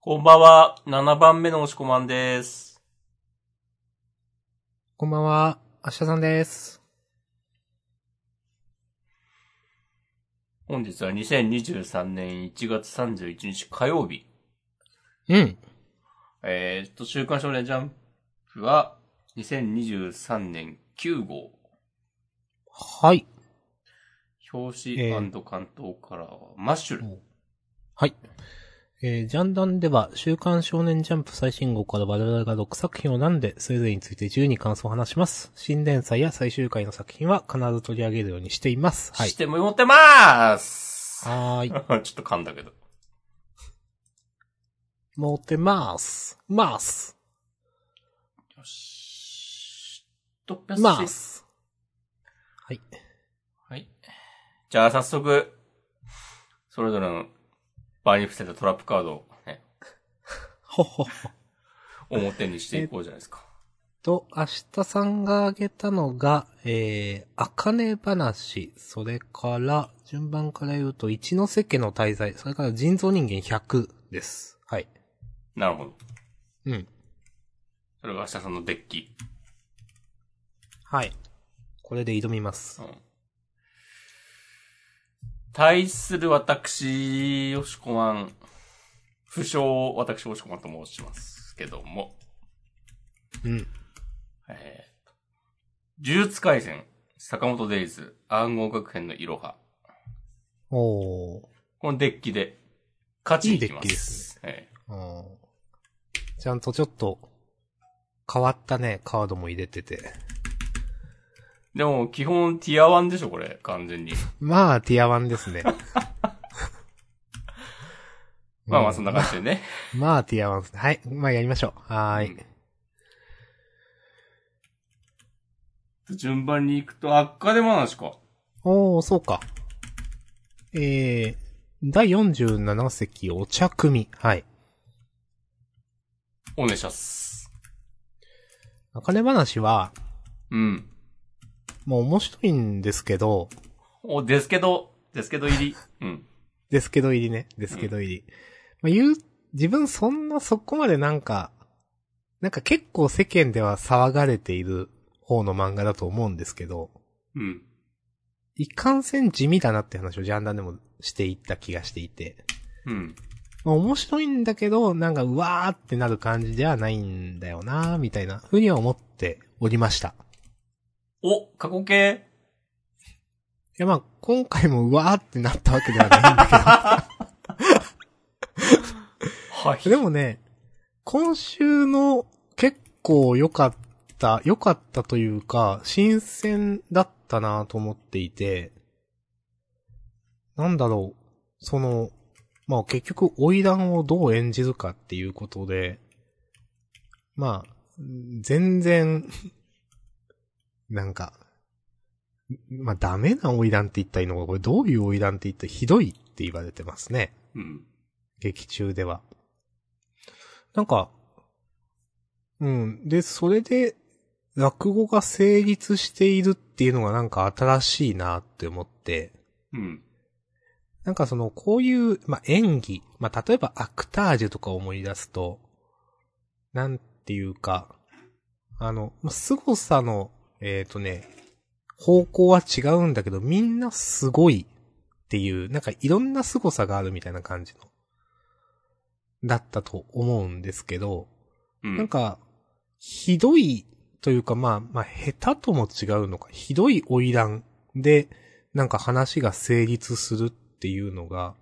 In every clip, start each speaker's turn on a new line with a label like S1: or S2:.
S1: こんばんは、7番目の押し込まんです。
S2: こんばんは、明日さんです。
S1: 本日は2023年1月31日火曜日。
S2: うん。
S1: えー、っと、週刊少年ジャンプは2023年9号。
S2: はい。
S1: 表紙
S2: え
S1: 関
S2: ー
S1: 東からはマッシュル。
S2: はい。えージャンダンでは、週刊少年ジャンプ最新号から我々が6作品を選んで、それぞれについて自由に感想を話します。新連載や最終回の作品は必ず取り上げるようにしています。はい
S1: し。ても持ってまーす ちょ
S2: はーい。
S1: っと噛んだけど。
S2: 持ってます。ます。
S1: よし。とっぺっ
S2: ま
S1: し
S2: す。はい。
S1: はい。じゃあ早速、それぞれの場に伏せたトラップカードを、ね、
S2: ほほほ。
S1: 表にしていこうじゃないですか。
S2: と、明日さんが挙げたのが、えー、あかね話、それから、順番から言うと、一ノ瀬家の滞在、それから人造人間100です。はい。
S1: なるほど。
S2: うん。
S1: それが明日さんのデッキ。
S2: はい。これで挑みます
S1: う。ん。対する私、よしこまん。不詳、私、よしこまんと申しますけども。
S2: うん。
S1: えー、呪術廻戦、坂本デイズ、暗号学編のいろは。
S2: おー。
S1: このデッキで、勝ちにいきます。
S2: いいデッキです
S1: えー
S2: うんちゃんとちょっと、変わったね、カードも入れてて。
S1: でも、基本、ティア1でしょ、これ、完全に。。
S2: まあ、ティアワンですね
S1: まあまあ、そんな感じで ね。
S2: じ。まあ、ティアワンですね。はい。まあ、やりましょう。はーい。
S1: うん。順番に行くと、悪化でも話か。
S2: おー、そうか。えー、第47席お茶組。はい。
S1: お願いします。
S2: あかね話は、
S1: うん。
S2: もう面白いんですけど、
S1: お、ですけど、ですけど入り。うん。
S2: ですけど入りね、ですけど入り。まあ、言う、自分そんなそこまでなんか、なんか結構世間では騒がれている方の漫画だと思うんですけど、
S1: うん。
S2: いかんせん地味だなって話をジャンダンでもしていった気がしていて。
S1: うん。
S2: まあ、面白いんだけど、なんか、うわーってなる感じではないんだよなみたいな、ふうには思っておりました。
S1: お、過去形
S2: いや、まあ、今回もうわーってなったわけではないんだ
S1: はい
S2: けど。。でもね、今週の結構良かった、良かったというか、新鮮だったなと思っていて、なんだろう、その、まあ結局、花魁をどう演じるかっていうことで、まあ、全然、 なんか、まあダメな花魁って言ったらいいのか、これどういう花魁って言ったらひどいって言われてますね。
S1: うん。
S2: 劇中では。なんか、うん。で、それで、落語が成立しているっていうのがなんか新しいなって思って、
S1: うん。
S2: なんかその、こういう、まあ、演技、まあ、例えばアクタージュとか思い出すと、なんていうか、あの、まあ、凄さの、えっ、とね、方向は違うんだけど、みんなすごいっていう、なんかいろんな凄さがあるみたいな感じの、だったと思うんですけど、
S1: うん。
S2: なん、か、ひどいというか、まあ、まあ、下手とも違うのか、ひどい花魁で、なんか話が成立するっていうのが、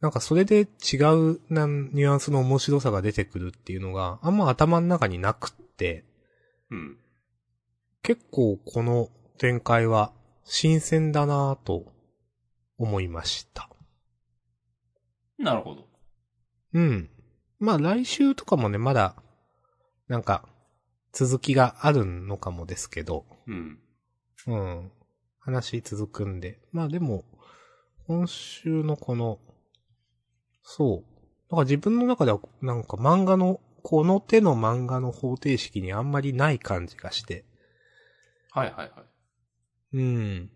S2: なんかそれで違うなんニュアンスの面白さが出てくるっていうのが、あんま頭の中になくって、
S1: うん。
S2: 結構この展開は新鮮だなぁと思いました。
S1: なるほど。
S2: うん。まあ来週とかもね、まだ、なんか、続きがあるのかもですけど、
S1: うん。
S2: うん。話続くんで。まあでも、今週のこの、そう。なんか自分の中では、なんか漫画の、この手の漫画の方程式にあんまりない感じがして、
S1: はいはいはい。
S2: うん。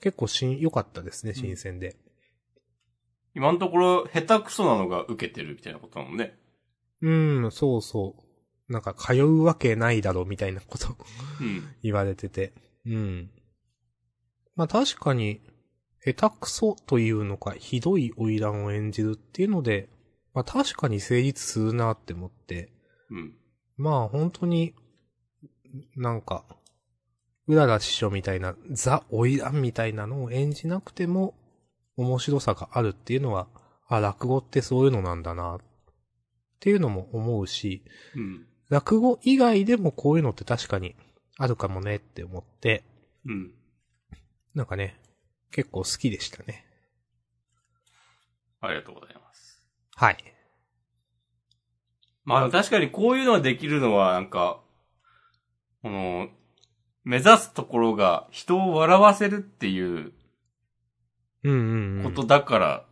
S2: 結構しん、良かったですね、新鮮で。
S1: 今のところ、下手くそなのが受けてるみたいなことなのね。
S2: うん、そうそう。なんか通うわけないだろ、みたいなこと
S1: うん。
S2: 言われてて。うん。まあ確かに、下手くそというのか、ひどい花魁を演じるっていうので、まあ確かに成立するなって思って、
S1: うん。
S2: まあ本当に、なんか、うらら師匠みたいな、ザ・オイランみたいなのを演じなくても、面白さがあるっていうのは、あ、落語ってそういうのなんだな、っていうのも思うし、
S1: うん。
S2: 落語以外でもこういうのって確かにあるかもねって思って、
S1: うん。
S2: なんかね、結構好きでしたね。
S1: ありがとうございます。
S2: はい。
S1: まあでも確かにこういうのができるのは、なんか、この、目指すところが人を笑わせるっていう
S2: うんうん、うん。
S1: ことだから、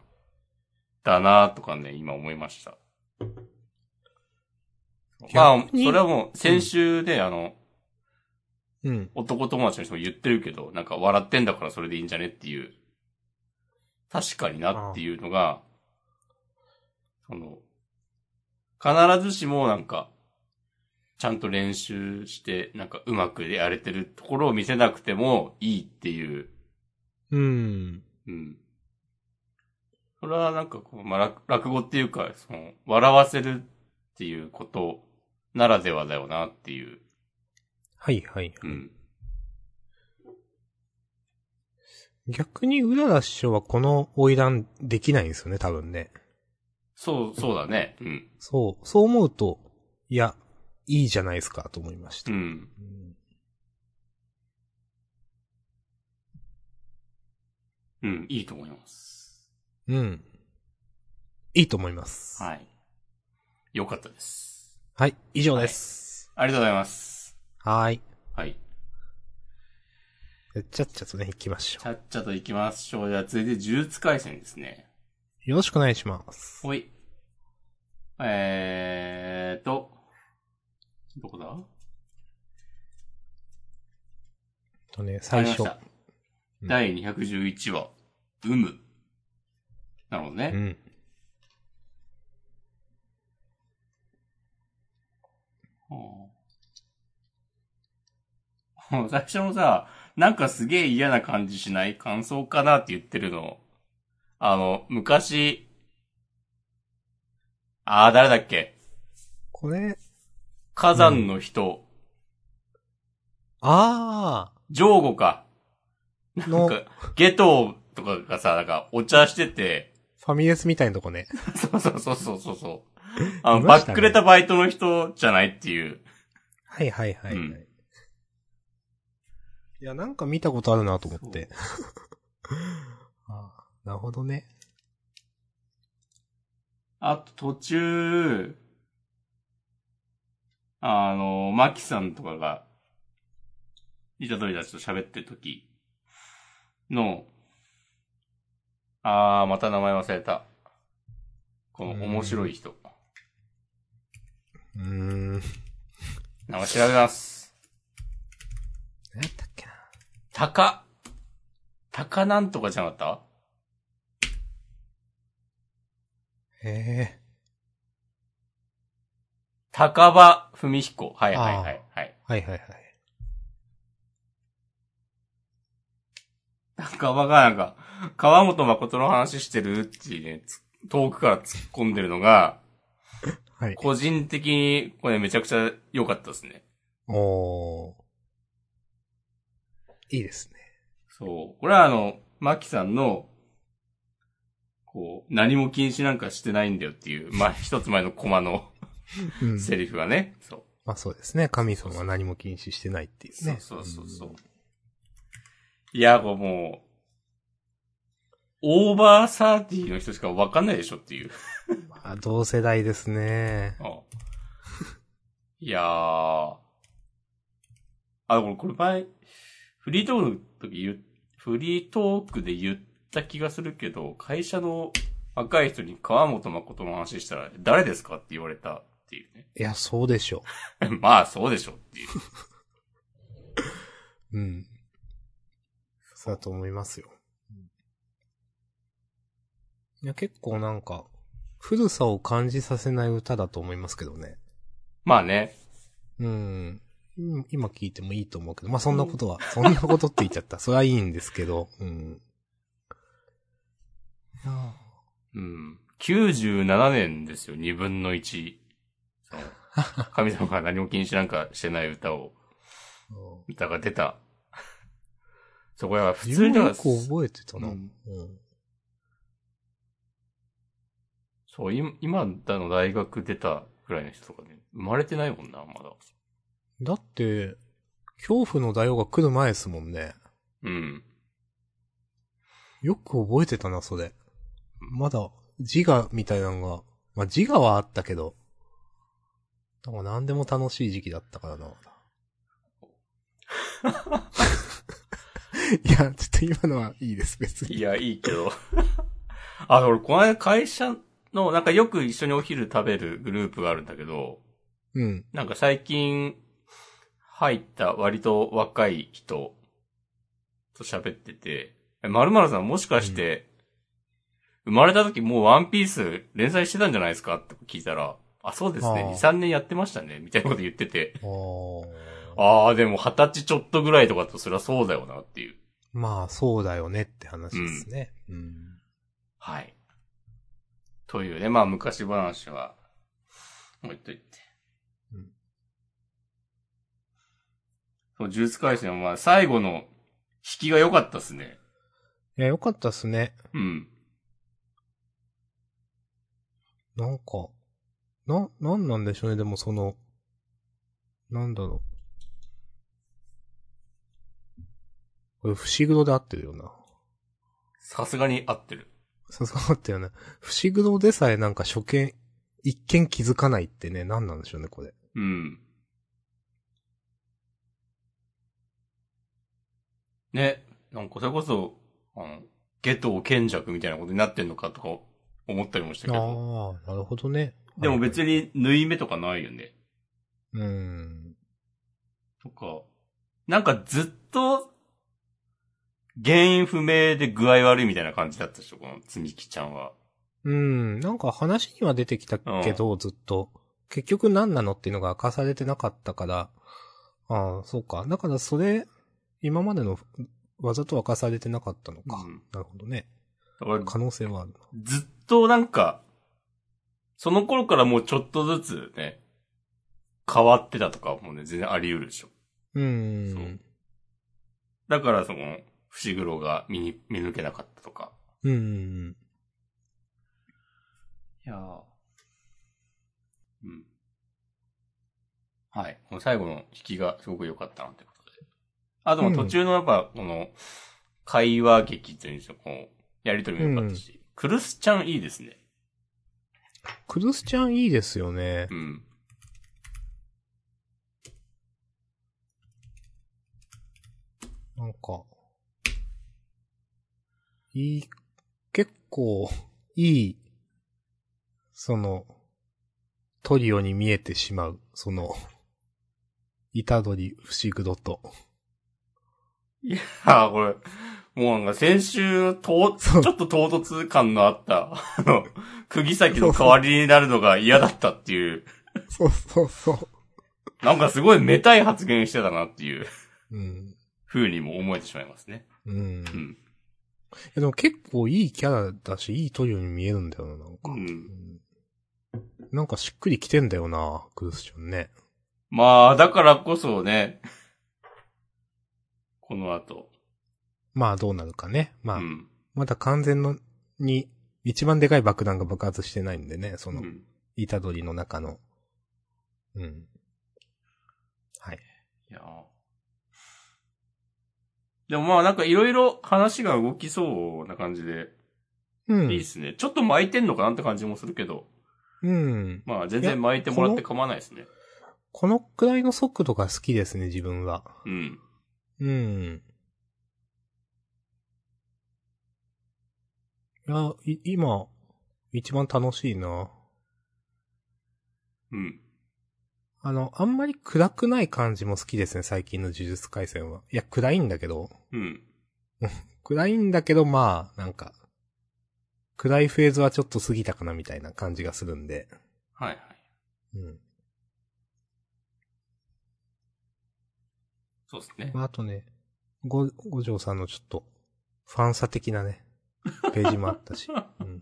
S1: だなとかね、今思いました。まあ、
S2: 逆
S1: そ
S2: に
S1: れはもう先週で、あの、
S2: うん。
S1: 男友達の人も言ってるけど、なんか笑ってんだからそれでいいんじゃねっていう、確かになっていうのが、その、必ずしもなんか、ちゃんと練習して、なんかうまくやれてるところを見せなくてもいいっていう、
S2: うん。
S1: うん。それはなんかこう、まあ、落落語っていうか、その、笑わせるっていうことならではだよなっていう、
S2: はいはい。
S1: うん。
S2: 逆に、うらら師匠はこの花魁できないんですよね、多分ね。
S1: そう、そうだね。うん。
S2: そう、そう思うと、いや、いいじゃないですか、と思いまし
S1: う
S2: た。
S1: ん。
S2: うん
S1: うん、いいと思います。
S2: うん。いいと思います。
S1: はい。よかったです。
S2: はい、以上です。
S1: ありがとうございます。
S2: はい。
S1: はい。
S2: ちゃっちゃとね、行きましょ
S1: ちゃっちゃと行きましょう。じゃあ、続いて、呪術回戦ですね。
S2: う。よろしくお願いします。
S1: ほい。えーと、どこだ
S2: とね、最初
S1: ありまし。た
S2: うん
S1: 第211話、うむ。なるほどね。
S2: うん。
S1: うん最初のさ、なんかすげえ嫌な感じしない感想かなって言ってるの。あの、昔、ああ、誰だっけ
S2: これ、
S1: 火山の人、
S2: あ
S1: ジョーゴか。
S2: ー、
S1: な
S2: の
S1: ん、か、ゲトーとかがさ、なんか、お茶してて、
S2: ファミレスみたいなとこね。
S1: そうそうそうそうそうそう。あの、
S2: いま
S1: バ
S2: した
S1: ッ
S2: ね
S1: クレたバイトの人じゃないっていう。
S2: はいはいはい、
S1: う
S2: はい
S1: ん
S2: いや、なんか見たことあるなと思って。 あーなるほどね。
S1: あと途中、あの、マキさんとかが、いたとりたちと喋ってる時の、あー、また名前忘れた。この面白い人。
S2: うーん。なん
S1: 名前調べます。
S2: だったっけな。
S1: タカ。タカなんとかじゃなかった
S2: へえ。
S1: 高場文彦。はいはいはい。はい。
S2: はいはいはい。
S1: 高場がなんか、川本誠の話してるっていうね、つ遠くから突っ込んでるのが、
S2: はい。
S1: 個人的に、これめちゃくちゃ良かったですね。
S2: おー。いいですね。
S1: そう。これはあの、マキさんの、こう、何も禁止なんかしてないんだよっていう、ま あ、一つ前のコマの
S2: うん。
S1: セリフがね。そう。
S2: まあそうですね。神様は何も禁止してないっていう
S1: そう
S2: ね。
S1: そうそうそう。いや、これもう、オーバーサーティーの人しかわかんないでしょっていう。
S2: うんまあ同世代ですね。
S1: あいやー。あ、これ、これ前、フリートークの時言う、フリートークで言った気がするけど、会社の若い人に川本誠の話したら、誰ですかって言われたっていうね。
S2: いや、そうでしょ
S1: まあ、そうでしょっていう。
S2: う。うん。そうだと思いますよ。いや、結構なんか、古さを感じさせない歌だと思いますけどね。
S1: まあね。
S2: うん。うん今聞いてもいいと思うけど、まあそんなことは、そんなことって言っちゃった。それはいいんですけど、うん。いや
S1: う
S2: ー
S1: ん。97年ですよ、2分の1。そ の神様が何も気にしなんかしてない歌を、
S2: うん
S1: 歌が出た。そこは普
S2: 自
S1: 通
S2: 分
S1: に
S2: で
S1: だから
S2: よく覚えてたな。
S1: う
S2: うんん。
S1: そう、今今だの大学出たぐらいの人とかね、生まれてないもんな、まだ。
S2: だって、恐怖の大王が来る前ですもんね。
S1: うん。
S2: よく覚えてたな、それ。まだ、自我みたいなのが、まあ自我はあったけど、なんか何でも楽しい時期だったからな。いや、ちょっと今のはいいです、別に。
S1: いや、いいけど。 あ、俺、この間会社の、なんかよく一緒にお昼食べるグループがあるんだけど、
S2: うん。
S1: なんか最近入った割と若い人と喋ってて、え〇〇さんもしかして、生まれた時もうワンピース連載してたんじゃないですかって聞いたら、あ、そうですね、
S2: あ
S1: 2、
S2: あ
S1: 3年やってましたね、みたいなこと言ってて、
S2: あー
S1: ああ、でも二十歳ちょっとぐらいとかだとそりゃそうだよなっていう。
S2: まあ、そうだよねって話ですね。うん。
S1: はい。というね、まあ昔話は、もう一といて。
S2: うん
S1: そう、呪術回戦は最後の引きが良かったっすね。
S2: いや、よかったっすね。
S1: うん。
S2: なんか、な、なんなんでしょうね、でもその、なんだろう。これ、伏黒で合ってるよな。
S1: さすがに合ってる。
S2: さすがだったよね。伏黒でさえなんか初見、一見気づかないってね、なんなんでしょうね、これ。
S1: うん。ね、なんかそれこそ、あの、下等賢弱みたいなことになってんのかとか思ったりもしたけど。
S2: ああ、なるほどね。
S1: でも別
S2: に。
S1: に縫い目とかないよね。
S2: うん。
S1: とか、なんかずっと、原因不明で具合悪いみたいな感じだったでしょ、このつみきちゃんは。
S2: うん、なんか話には出てきたけど、ずっと。結局何なのっていうのが明かされてなかったから、ああ、そうか。だからそれ、今までの技と明かされてなかったのか。
S1: うん
S2: なるほどね。
S1: だから
S2: 可能性はあるな。
S1: ずっとなんか、その頃からもうちょっとずつね、変わってたとかもね、全然あり得るでしょ。
S2: う
S1: そう
S2: ー
S1: だからその、伏黒が見に、見抜けなかったとか。
S2: ん。うん。
S1: いやーうん。はい。この最後の引きがすごく良かったなってことで。あ、でも途中のやっぱ、この、会話劇っていうんですよ、こう、やりとりも良かったし。クルスちゃんいいですね。
S2: クルスちゃんいいですよね
S1: う。ん。
S2: なんか、いい、結構、いい、その、トリオに見えてしまう、その、イタドリ、フシグドと。
S1: いやー、これ、もうなんか先週、とう、ちょ
S2: そ
S1: っ
S2: う
S1: と唐突感のあった、あの、釘崎の代わりになるのが嫌だったっていう、
S2: そうそうそ
S1: なんかすごいめたい発言してたなっていう
S2: う。うん。
S1: 風にも思えてしまいますね。
S2: うん。
S1: う
S2: い
S1: ん。
S2: やでも結構いいキャラだし、いいトリオに見えるんだよな、なんか。
S1: うん。
S2: うんなんかしっくりきてんだよな、クルスちゃんね。
S1: まあ、だからこそね、この後。
S2: まあどうなるかね。まあ、
S1: うん。
S2: まだ完全のに、一番でかい爆弾が爆発してないんでね、そうの、
S1: ん
S2: イタドリの中の。うん。はい。
S1: いやでもまあなんかいろいろ話が動きそうな感じで、
S2: う
S1: いいっ
S2: ん。
S1: すね。ちょっと巻いてんのかなって感じもするけど、
S2: うん。
S1: まあ全然巻いてもらっ
S2: い
S1: て
S2: や
S1: 構わないですね。
S2: このくらいの速度が好きですね、自分は。
S1: うん。
S2: うん。いや、い今、一番楽しいな。
S1: うん。
S2: あの、あんまり暗くない感じも好きですね、最近の呪術回戦は。いや、暗いんだけど。
S1: うん。
S2: 暗いんだけど、まあ、なんか、暗いフェーズはちょっと過ぎたかなみたいな感じがするんで。
S1: はいはい。
S2: うん。
S1: そうですね。
S2: まあ、あとね、ご、五条さんのちょっと、ファンサ的なね、ページも あったし。うん。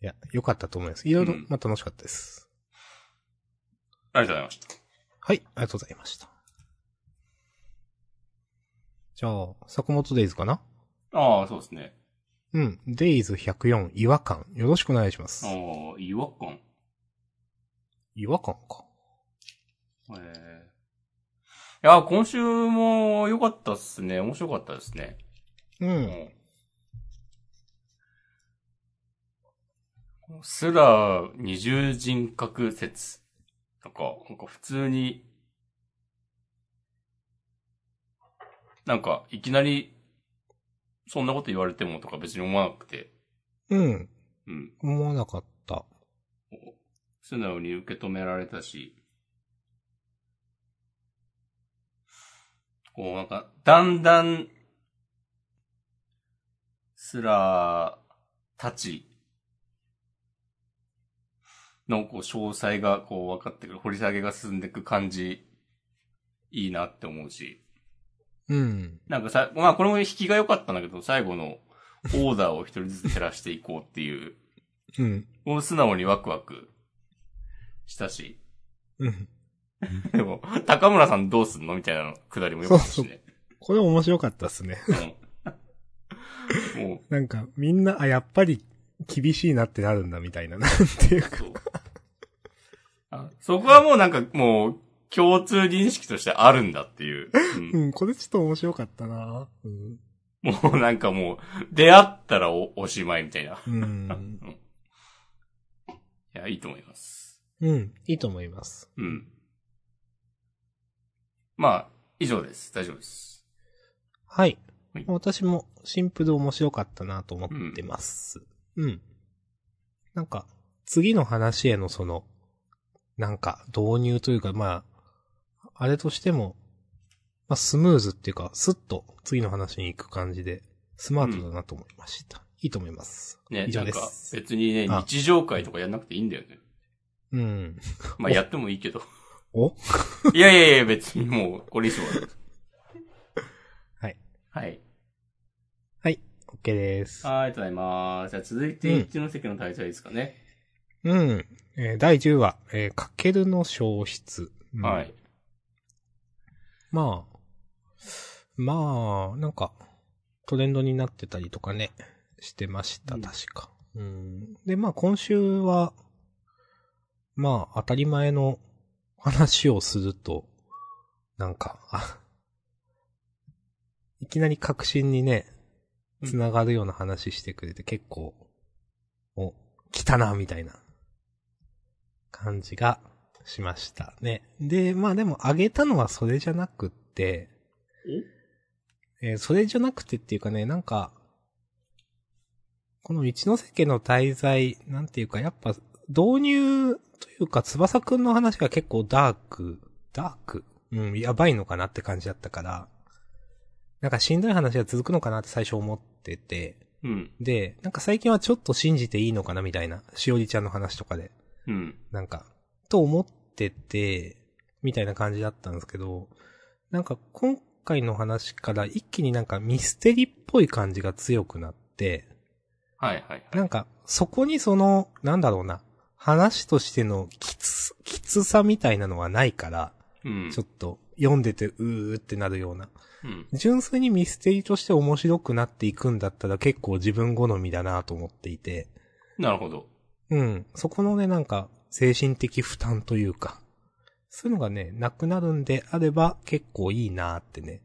S2: いや、良かったと思います。いろいろ
S1: うん、
S2: まあ楽しかったです。
S1: ありがとうございました。
S2: はい、ありがとうございました。じゃあ、坂本デイズかな
S1: ああ、そうですね。
S2: うん。デイズ104、違和感。よろしくお願いします。
S1: ああ、違和感。
S2: 違和感か。
S1: ええいや、今週も良かったっすね。面白かったですね。
S2: う。
S1: うんん。スラー二重人格説。なんか、なんか普通に、なんか、いきなり、そんなこと言われてもとか別に思わなくて、
S2: うん。
S1: うん。
S2: 思わなかった。
S1: 素直に受け止められたし、こうなんか、だんだん、スラーたちのこう詳細がこう分かってくる、掘り下げが進んでいく感じ、いいなって思うし、
S2: うん。
S1: なんかさ、まあこれも引きが良かったんだけど、最後のオーダーを一人ずつ照らしていこうっていう、
S2: うん。
S1: もう素直にワクワクしたし。
S2: うん。
S1: でも、高村さんどうすんのみたいなのくだりもよかったしね。
S2: これ面白かったっすね。
S1: うんもう、
S2: なんか、みんな、あ、やっぱり、厳しいなってなるんだ、みたいな。なんていうか。
S1: そうあそこはもうなんかもう、共通認識としてあるんだっていう。う
S2: うんん、これちょっと面白かったなうん。
S1: もうなんかもう、出会ったらおおしまいみたいな。
S2: うん。
S1: いや、いいと思います。
S2: うん、いいと思います。
S1: うん。まあ、以上です。大丈夫です。
S2: はい
S1: はい。
S2: 私もシンプル面白かったなと思ってます。うん。なんか、次の話へのその、なんか導入というか、まあ、あれとしても、まあスムーズっていうか、スッと次の話に行く感じで、スマートだなと思いました。いいと思います。
S1: ね、
S2: 以上
S1: なん
S2: で
S1: か
S2: す。
S1: 別にね、
S2: あ
S1: 日常会とかやんなくていいんだよね。
S2: うん。
S1: まあやってもいいけど。
S2: お
S1: いやいやいや、別にもう、これ以上は。
S2: はい。
S1: はい。
S2: はい。OK です。
S1: はい、ありがとうございます。じゃあ続いて、一ノ関の大罪ですかね。
S2: うん。えー第10話、えーかけるの消失。うん
S1: はい。
S2: まあ、まあ、なんか、トレンドになってたりとかね、してました、
S1: うん
S2: 確か。うん。で、まあ今週は、まあ当たり前の話をすると、なんか、 あいきなり確信にね、
S1: うん
S2: つながるような話してくれて、結構、お、来たな、みたいな感じがしましたね。で、まあでも上げたのはそれじゃなくって、えーそれじゃなくてっていうかね、なんか、この一ノ瀬家の滞在、なんていうか、やっぱ、導入というか、翼くんの話が結構ダーク、ダークうん、やばいのかなって感じだったから、なんかしんどい話が続くのかなって最初思ってて、
S1: うん。
S2: で、なんか最近はちょっと信じていいのかなみたいな、しおりちゃんの話とかで。
S1: うん。
S2: なんか、と思ってて、みたいな感じだったんですけど、なんか今回の話から一気になんかミステリーっぽい感じが強くなって、
S1: はいはいはい。
S2: なんかそこにその、なんだろうな、話としてのきつ、きつさみたいなのはないから、
S1: うん。
S2: ちょっと読んでてうーってなるような。
S1: うん。
S2: 純粋にミステリーとして面白くなっていくんだったら結構自分好みだなと思っていて、
S1: なるほど。
S2: うん。そこのね、なんか、精神的負担というか、そういうのがね、なくなるんであれば結構いいなーってね、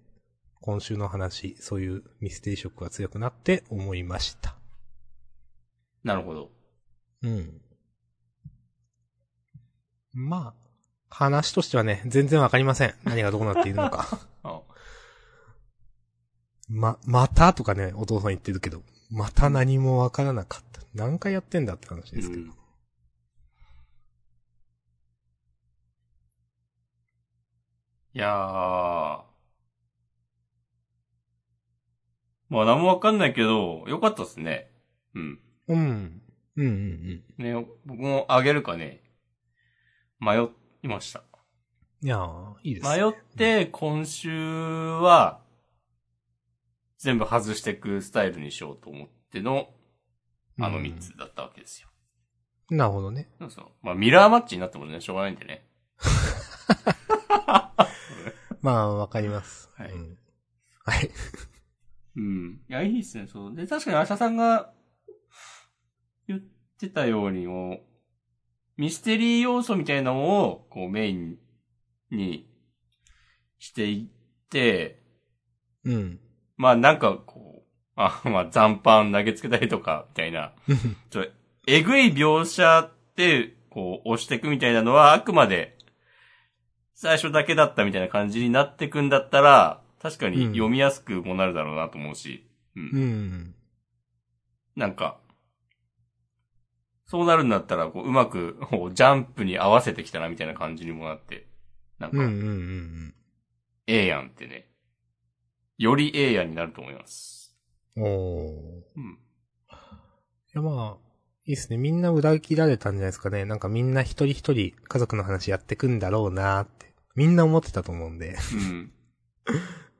S2: 今週の話、そういうミステリー色が強くなって思いました。
S1: なるほど。
S2: うん。まあ、話としてはね、全然わかりません。何がどうなっているのか。
S1: あ
S2: ま、またとかね、お父さん言ってるけど、また何もわからなかった。何回やってんだって話ですけど。
S1: うんいやー。まあ、何もわかんないけど、よかったっすね。うん。
S2: うん。うんうんうん。
S1: ね、僕もあげるかね、迷いました。
S2: いやー、いいです。
S1: 迷って、今週は、全部外していくスタイルにしようと思っての、あの3つだったわけですよ。
S2: うん。なるほどね。
S1: そうそう。まあ、ミラーマッチになってもね、しょうがないんでね。
S2: まあ、わかります。
S1: はい
S2: うんはい。
S1: うん。いや、いいっすね、そう。で、確かにアシャさんが、言ってたように、もう、ミステリー要素みたいなのを、こう、メインにしていって、
S2: うん。
S1: まあ、なんか、こう、あ、まあ、残飯投げつけたりとか、みたいな、ちょ、えぐい描写って、こう、押していくみたいなのは、あくまで、最初だけだったみたいな感じになってくんだったら、確かに読みやすくもなるだろうなと思うし、うん
S2: うん。
S1: なんか、そうなるんだったら、こう、うまく、こうジャンプに合わせてきたな、みたいな感じにもなって、なんか、
S2: うんうんうんうん。
S1: ええやんってね、よりええやんになると思います。
S2: おー。
S1: うん。
S2: いやまあ、いいですね。みんな裏切られたんじゃないですかね。なんかみんな一人一人家族の話やってくんだろうなーって。みんな思ってたと思うんで。
S1: うん。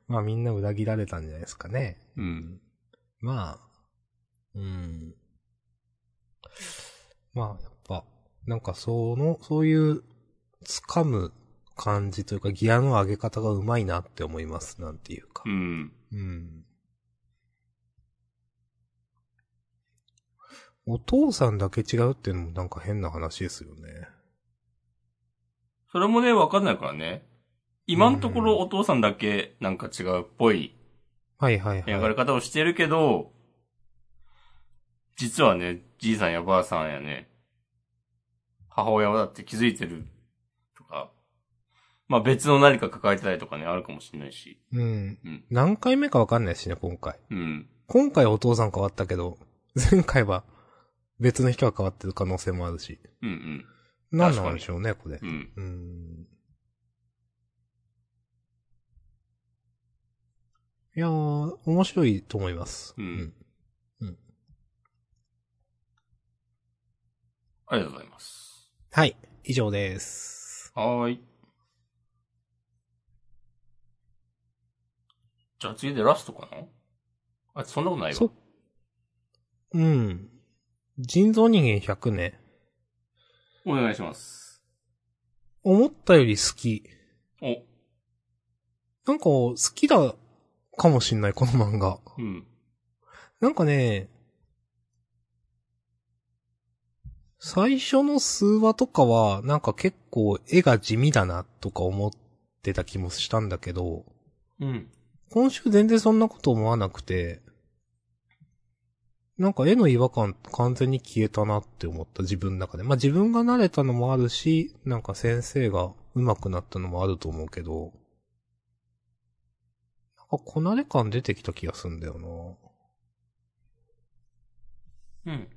S2: まあみんな裏切られたんじゃないですかね。
S1: うん。
S2: まあ、うん。まあやっぱ、なんかその、そういう掴む感じというかギアの上げ方がうまいなって思います。なんていうか
S1: う。ん。
S2: うん。お父さんだけ違うっていうのもなんか変な話ですよね。
S1: それもね、わかんないからね。今のところお父さんだけなんか違うっぽい
S2: はいはいはい。
S1: 描かれ方をしてるけど、実はね、じいさんやばあさんやね、母親はだって気づいてるとか、まあ別の何か抱えてたりとかね、あるかもしれないし。
S2: うん
S1: うん。
S2: 何回目かわかんないしね、今回。
S1: うん。
S2: 今回お父さん変わったけど、 前回は別の人が変わってる可能性もあるし。
S1: うん
S2: 何なんでしょうね、これ
S1: うん。う。ん。
S2: うん。いやー、面白いと思います。
S1: うんありがとうございます。
S2: はい、以上です。
S1: はーい。じゃあ次でラストかなあ、そんなことないわ。
S2: そ、うん。人造人間100ね。
S1: お願いします。
S2: 思ったより好き。
S1: お、
S2: なんか、好きだかもしんない、この漫画。
S1: うん。
S2: なんかね、最初の数話とかは、なんか結構絵が地味だなとか思ってた気もしたんだけど、
S1: うん。
S2: 今週全然そんなこと思わなくて、なんか絵の違和感完全に消えたなって思った自分の中で。まあ自分が慣れたのもあるし、なんか先生が上手くなったのもあると思うけど、なんかこなれ感出てきた気がするんだよな。
S1: うん。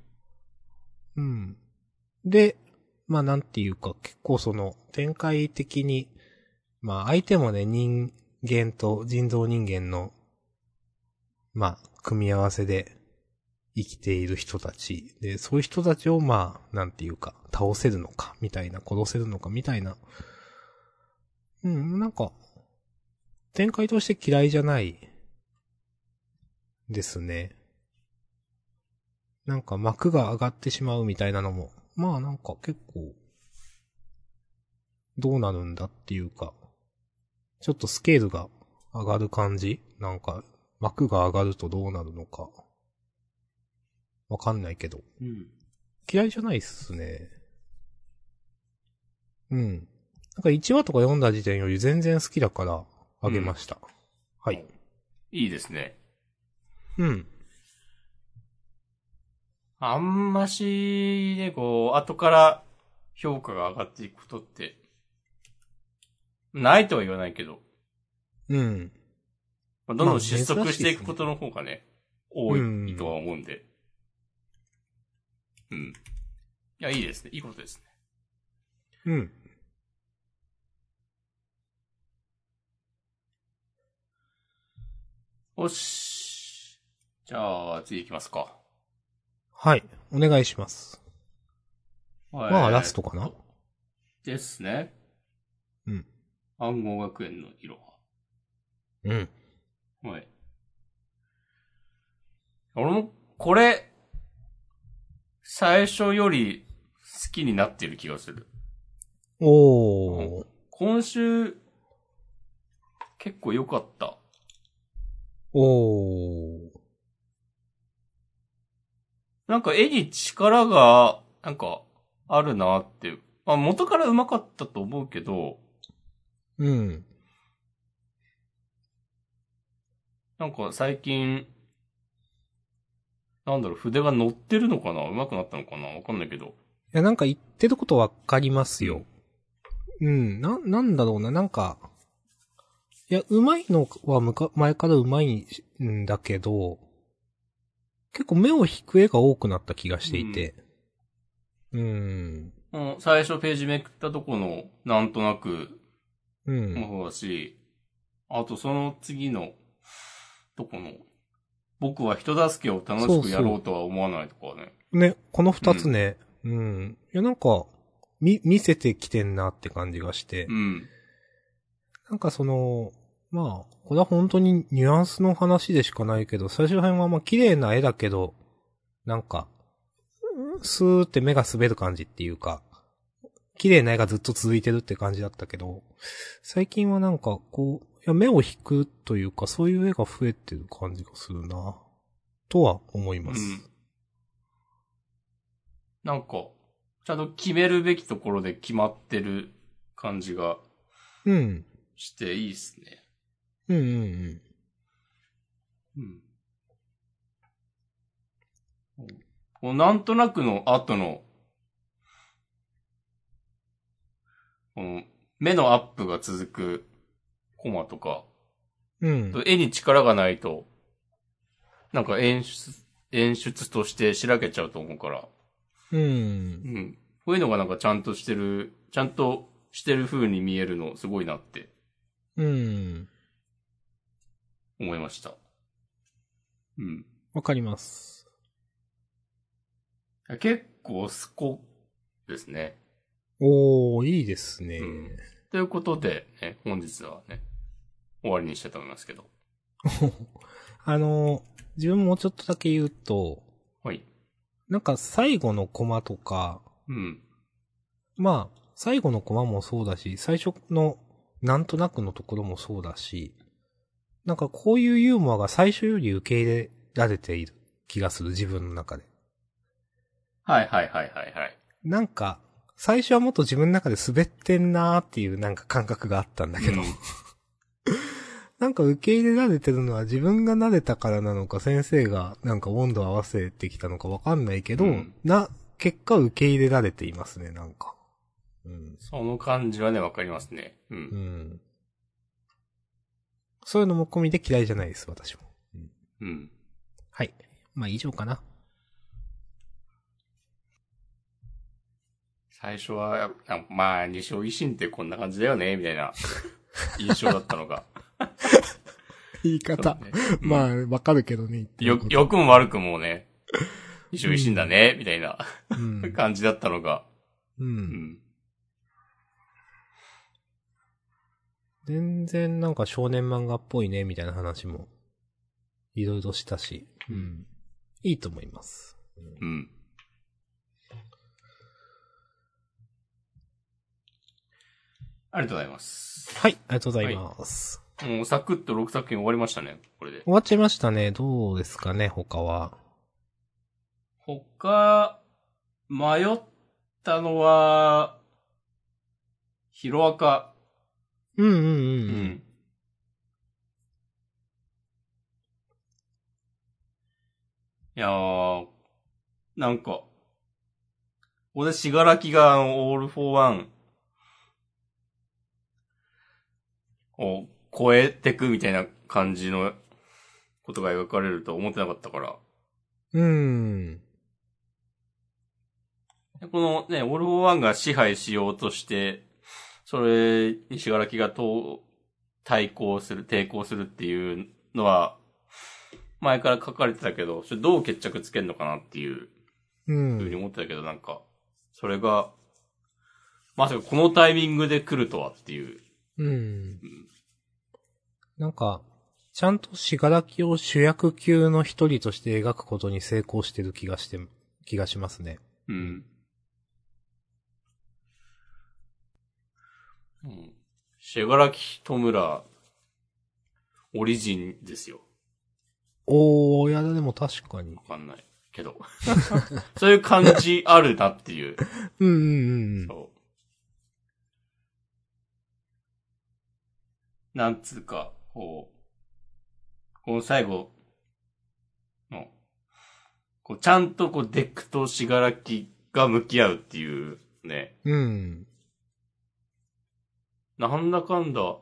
S2: うん。で、まあなんていうか、結構その展開的に、まあ相手もね、人間と人造人間の、まあ、組み合わせで生きている人たち。で、そういう人たちをまあ、なんていうか、倒せるのか、みたいな、殺せるのか、みたいな。うん、なんか、展開として嫌いじゃない、ですね。なんか幕が上がってしまうみたいなのも、まあなんか結構、どうなるんだっていうか、ちょっとスケールが上がる感じなんか、幕が上がるとどうなるのか、わかんないけど、
S1: うん。
S2: 嫌いじゃないっすね。うん。なんか1話とか読んだ時点より全然好きだから、あげました。はい。
S1: いいですね。
S2: うん。
S1: あんまし、ね、こう、後から評価が上がっていくことって、ないとは言わないけど、
S2: うん。
S1: まあ、どんど
S2: まあ
S1: ん失速してい
S2: 珍しいです
S1: く
S2: ね
S1: ことの方がね、多
S2: うん
S1: いとは思うんで。うん。いや、いいですね。いいことですね。
S2: うん。
S1: よし。じゃあ、次行きますか。
S2: はい。お願いします。ま
S1: ま
S2: あ、ラストかな。
S1: ですね。
S2: うん。
S1: 暗号学園の色
S2: うん。
S1: は。はい。俺も、これ、最初より好きになってる気がする。
S2: おー。
S1: 今週、結構良かった。
S2: おー。
S1: なんか絵に力が、なんか、あるなっていう。まあ元から上手かったと思うけど、
S2: うん。
S1: なんか最近、なんだろう、筆が乗ってるのかな上手くなったのかなわかんないけど。
S2: いや、なんか言ってることわかりますよ。うん、な、なんだろうな、なんか、いや、うまいのはむか、前からうまいんだけど、結構目を引く絵が多くなった気がしていて。うん。
S1: うん、最初ページめくったとこの、なんとなく、
S2: うん。
S1: の方だし、あとその次の、とこの、僕は人助けを楽しくやろうとは思わないとかね。
S2: ね、この二つね、うん、いや、なんか、み、見せてきてんなって感じがして。
S1: うん。
S2: なんかその、まあ、これは本当にニュアンスの話でしかないけど、最初辺はまあ綺麗な絵だけど、なんか、スーって目が滑る感じっていうか、綺麗な絵がずっと続いてるって感じだったけど、最近はなんかこう、いや目を引くというか、そういう絵が増えてる感じがするな、とは思います。
S1: うんなんか、ちゃんと決めるべきところで決まってる感じが
S2: うん。
S1: していいっすね。
S2: うんうんうん。
S1: うん。こうなんとなくの後の、この目のアップが続くコマとか、
S2: うん。
S1: 絵に力がないと、なんか演出、演出としてしらけちゃうと思うから、
S2: うん
S1: う。ん。こういうのがなんかちゃんとしてる、ちゃんとしてる風に見えるのすごいなって
S2: うん。
S1: 思いました。うん。
S2: わかります。
S1: 結構スコですね。
S2: おー、いいですね。
S1: うんということで、ね、本日はね、終わりにしたいと思いますけど。
S2: あの、自分もうちょっとだけ言うと、
S1: はい。
S2: なんか最後のコマとか、
S1: うん。
S2: まあ、最後のコマもそうだし、最初のなんとなくのところもそうだし、なんかこういうユーモアが最初より受け入れられている気がする、自分の中で。
S1: はいはいはいはいはい。
S2: なんか、最初はもっと自分の中で滑ってんなーっていうなんか感覚があったんだけど、
S1: うん
S2: なんか受け入れられてるのは自分が慣れたからなのか、先生がなんか温度を合わせてきたのかわかんないけど、
S1: うん
S2: な、結果受け入れられていますね、なんか。うん。
S1: その感じはね、わかりますね。う。
S2: うんん。そういうのも込みで嫌いじゃないです、私も。
S1: うん。
S2: はい。まあ以上かな。
S1: 最初は、やっぱまあ、西尾維新ってこんな感じだよね、みたいな印象だったのが。
S2: 言い方。
S1: ね
S2: まあ、わかるけどね、言ってる
S1: よ
S2: こ、と
S1: 良くも悪くもね、西尾維新だね、みたいな
S2: うん。
S1: 感じだったのが。
S2: う。
S1: うんん。
S2: 全然なんか少年漫画っぽいね、みたいな話も、いろいろしたし、うん。いいと思います。
S1: うん。ありがとうございます。
S2: はい、ありがとうございます。
S1: もうサクッと6作品終わりましたね、これで。
S2: 終わっちゃいましたね。どうですかね、他は。
S1: 他、迷ったのは、ヒロアカ。
S2: うんうん
S1: う
S2: うん。
S1: ん。いやー、なんか、ここでしがらきがあのオールフォーワンを超えてくみたいな感じのことが描かれるとは思ってなかったから。
S2: うん。
S1: でこのね、オール・フォー・ワンが支配しようとして、それにしがらきがと対抗する、抵抗するっていうのは、前から書かれてたけど、それどう決着つけんのかなっていう
S2: う
S1: ふうに
S2: ん。
S1: 思ってたけど、なんか、それが、まさかこのタイミングで来るとはっていう。
S2: うん。なんか、ちゃんとしがらきを主役級の一人として描くことに成功してる気がして、気がしますね。
S1: うん。うん。シェガラキトムラ、オリジンですよ。
S2: おー、いや、でも確かに
S1: わ。かんないけど。 そういう感じあるなっていう。
S2: うんうんうんうん。
S1: そう。なんつうか、こう、この最後の、こう、ちゃんとこう、デックとしがらきが向き合うっていうね、
S2: うん。
S1: なんだかんだ、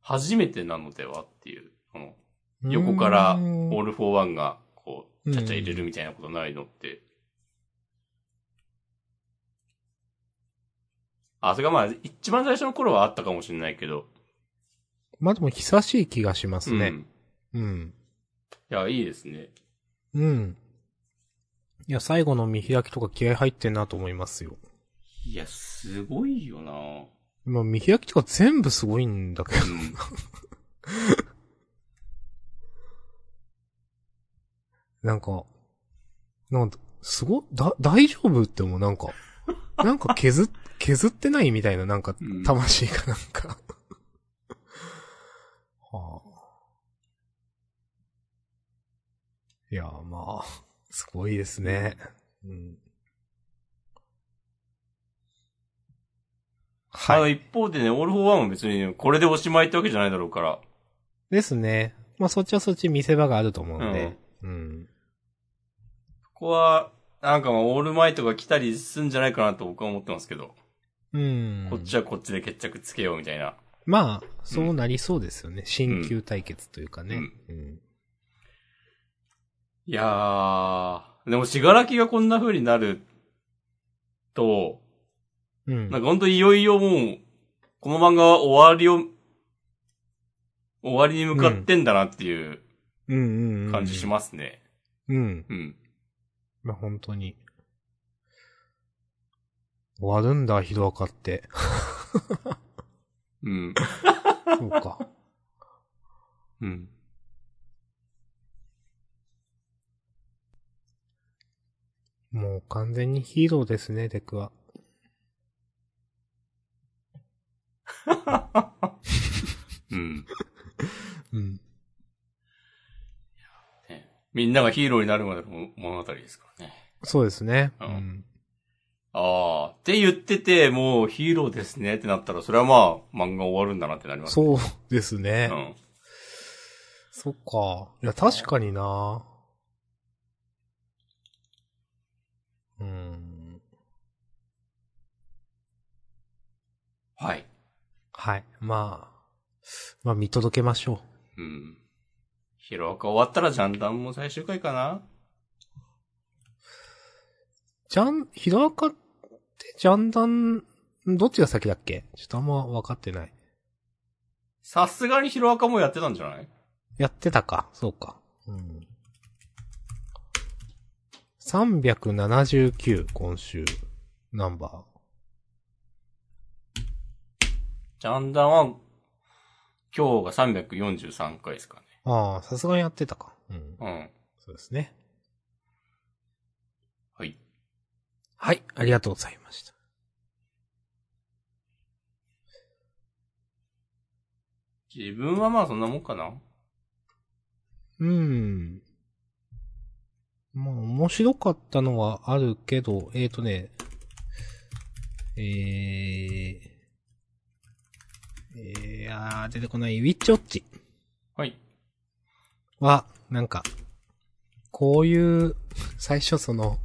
S1: 初めてなのではっていう、この、横から
S2: うーん
S1: オールフォーワンが、こ
S2: う
S1: う、
S2: ん
S1: ちゃちゃ入れるみたいなことないのって。あ、それがまあ、一番最初の頃はあったかもしれないけど。
S2: まあでも久しい気がします
S1: う
S2: ね。
S1: ん。
S2: うん。
S1: いや、いいですね。
S2: うん。いや、最後の見開きとか気合入ってんなと思いますよ。
S1: いや、すごいよなぁ。
S2: まあ、見開きとか全部すごいんだけ ど。
S1: うん。
S2: なんか、なんか、すご、だ、大丈夫って思う、なんか。なんか削 っ、削ってないみたいな、なんか
S1: うん、
S2: 魂がなんか。 はあ。いや、まあ、すごいですね。うん。
S1: あ
S2: は
S1: の
S2: い。
S1: 一方でね、オールフォーワンも別にね、これでおしまいってわけじゃないだろうから。
S2: ですね。まあ、そっちはそっち見せ場があると思う
S1: うん
S2: で
S1: ん。。
S2: うん。
S1: ここは、なんかまあ、オールマイトが来たりすんじゃないかなと僕は思ってますけど。
S2: うん。
S1: こっちはこっちで決着つけようみたいな。
S2: まあ、そうなりそうですよね。新旧対決というかね。うん
S1: いやー、でも、しがらきがこんな風になると、
S2: うん。
S1: なんかほんといよいよもう、この漫画は終わりを、終わりに向かってんだなっていう
S2: うんうんうん。
S1: 感じしますね。
S2: うん。
S1: うん。
S2: まあ本当に。終わるんだ、ヒロアカって。
S1: うん。
S2: そうか。
S1: うん。
S2: もう完全にヒーローですね、デクは。
S1: うん。
S2: うん。
S1: ねみんながヒーローになるまでの物語ですからね。
S2: そうですね。
S1: う
S2: うんん。
S1: あー、って言ってて、もうヒーローですねってなったら、それはまあ、漫画終わるんだなってなりますね。
S2: そうですね。
S1: うん。
S2: そっか。いや、確かになうん。
S1: はい。
S2: はい。まあ、まあ見届けましょう。
S1: うん。ヒロアカ終わったらジャンダンも最終回かな
S2: ジャン、ヒロアカってジャンダン、どっちが先だっけちょっとあんま分かってない。
S1: さすがにヒロアカもやってたんじゃない
S2: やってたか。そうか。うん。379、今週。ナンバ
S1: ジャンダンは、今日が343回ですかね。
S2: ー。ああ、さすがにやってたか。うん。
S1: うん。
S2: そうですね。
S1: はい。
S2: はい、ありがとうございました。
S1: 自分はまあそんなもんかな
S2: うん。まあ、面白かったのはあるけど、えーとね、えー、えー、あー出てこない、ウィッチウォッチ
S1: はい。
S2: は、なんか、こういう、最初その、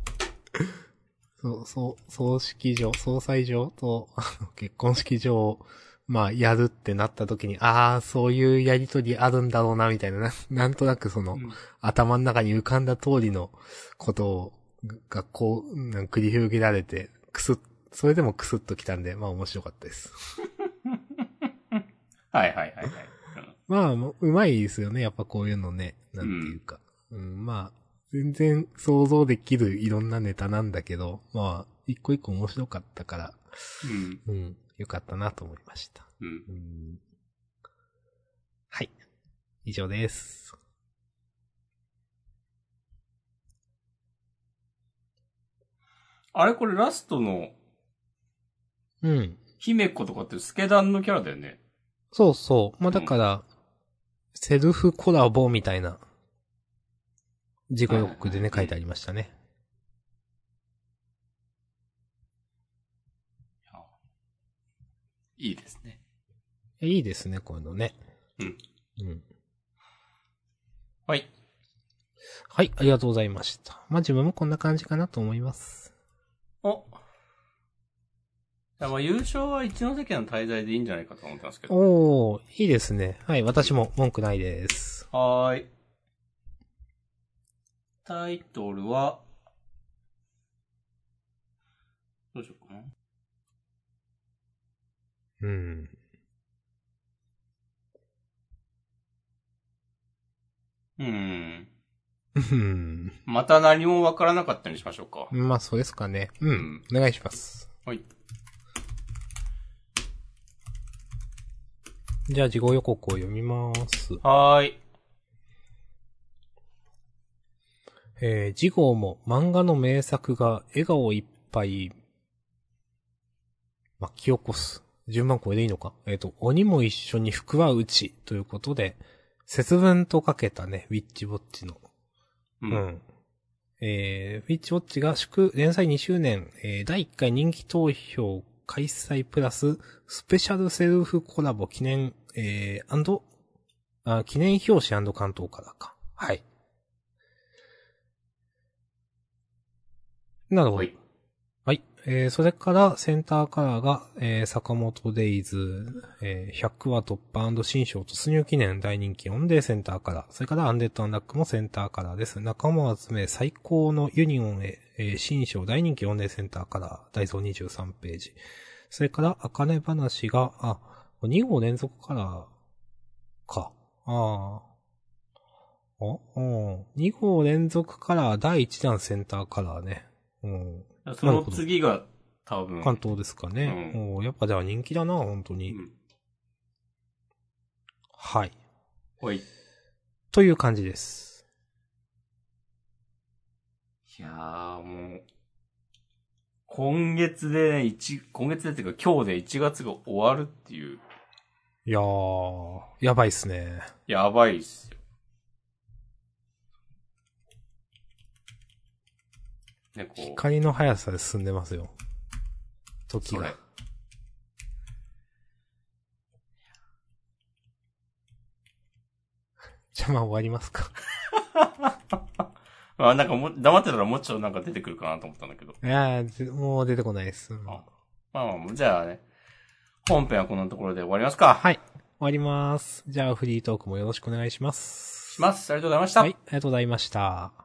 S2: そう、そう、葬式場、葬祭場と、 あの結婚式場を、まあ、やるってなった時に、ああ、そういうやりとりあるんだろうな、みたいな、ななんとなくその、頭の中に浮かんだ通りのことを、がこう、うん繰り広げられて、くすっ、それでもくすっときたんで、まあ面白かったです。
S1: はいはいはいはい。うん
S2: まあ、もううまいですよね。やっぱこういうのね。なんていうか。うん、まあ、全然想像できるいろんなネタなんだけど、まあ、一個一個面白かったから、
S1: うん。
S2: うん、よかったなと思いました。
S1: うん。
S2: うんはい。以上です。
S1: あれこれラストの、
S2: うん。
S1: 姫子とかってスケダンのキャラだよね。
S2: そうそう。まあ、だから、セルフコラボみたいな、自己予告でね、書いてありましたね。
S1: いいですね。
S2: えいいですね、こういうのね。
S1: うん。
S2: うん。
S1: はい。
S2: はい、ありがとうございました。まあ、自分もこんな感じかなと思います。
S1: お。いやまあ優勝は一ノ関の滞在でいいんじゃないかと思ってますけど。
S2: おー、いいですね。はい、私も文句ないです。
S1: はーい。タイトルは、どうしようかな。
S2: うん。
S1: うーん。
S2: うん。
S1: また何もわからなかったにしましょうか。
S2: まあ、そうですかね。うん。お願いします。
S1: はい。
S2: じゃあ、事後予告を読みます。
S1: はーい。
S2: えー、次号も漫画の名作が笑顔いっぱい巻き起こす。順番これでいいのかえっ、と、鬼も一緒に服は打ちということで、節分とかけたね、ウィッチウォッチの。
S1: う。
S2: うんえー、ウィッチウォッチが祝、連載2周年、えー、第1回人気投票開催プラス、スペシャルセルフコラボ記念、えー、アンド、あ、記念表紙関東からか。はい。なるほど。
S1: はい。
S2: はい。えー、それから、センターカラーが、えー、坂本デイズ、えー、100話突破新章突入記念大人気4でセンターカラー。それから、アンデッドアンラックもセンターカラーです。仲間を集め、最高のユニオンへ、えー新章大人気4でセンターカラー。ダイソー23ページ。それから、あかね話が、あ、2号連続カラーか。ああ。あ、うん。2号連続カラー、第1弾センターカラーね。うん。
S1: その次が多分。
S2: 関東ですかね。
S1: う
S2: おーやっぱじゃあ人気だな、本当
S1: う
S2: に。
S1: ん。
S2: はい。
S1: はい。い
S2: という感じです。
S1: やーもう、今月でね、一、今月でっていうか今日で1月が終わるっていう、
S2: いやー、やばいっすね。
S1: やばいっすよ。ね、こう、
S2: 光の速さで進んでますよ。時
S1: それ
S2: が。。 じゃあまあ終わりますか。
S1: あ、なんかもう、黙ってたらもうちょっとなんか出てくるかなと思ったんだけど。
S2: いやーぜもう出てこないです。うん
S1: あ
S2: 終
S1: まあまあ、じゃあね、本編はこんなところで終わりますか。
S2: はいわります。じゃあフリートークもよろしくお願いします。
S1: します。ありがとうございました。
S2: はい、ありがとうございました。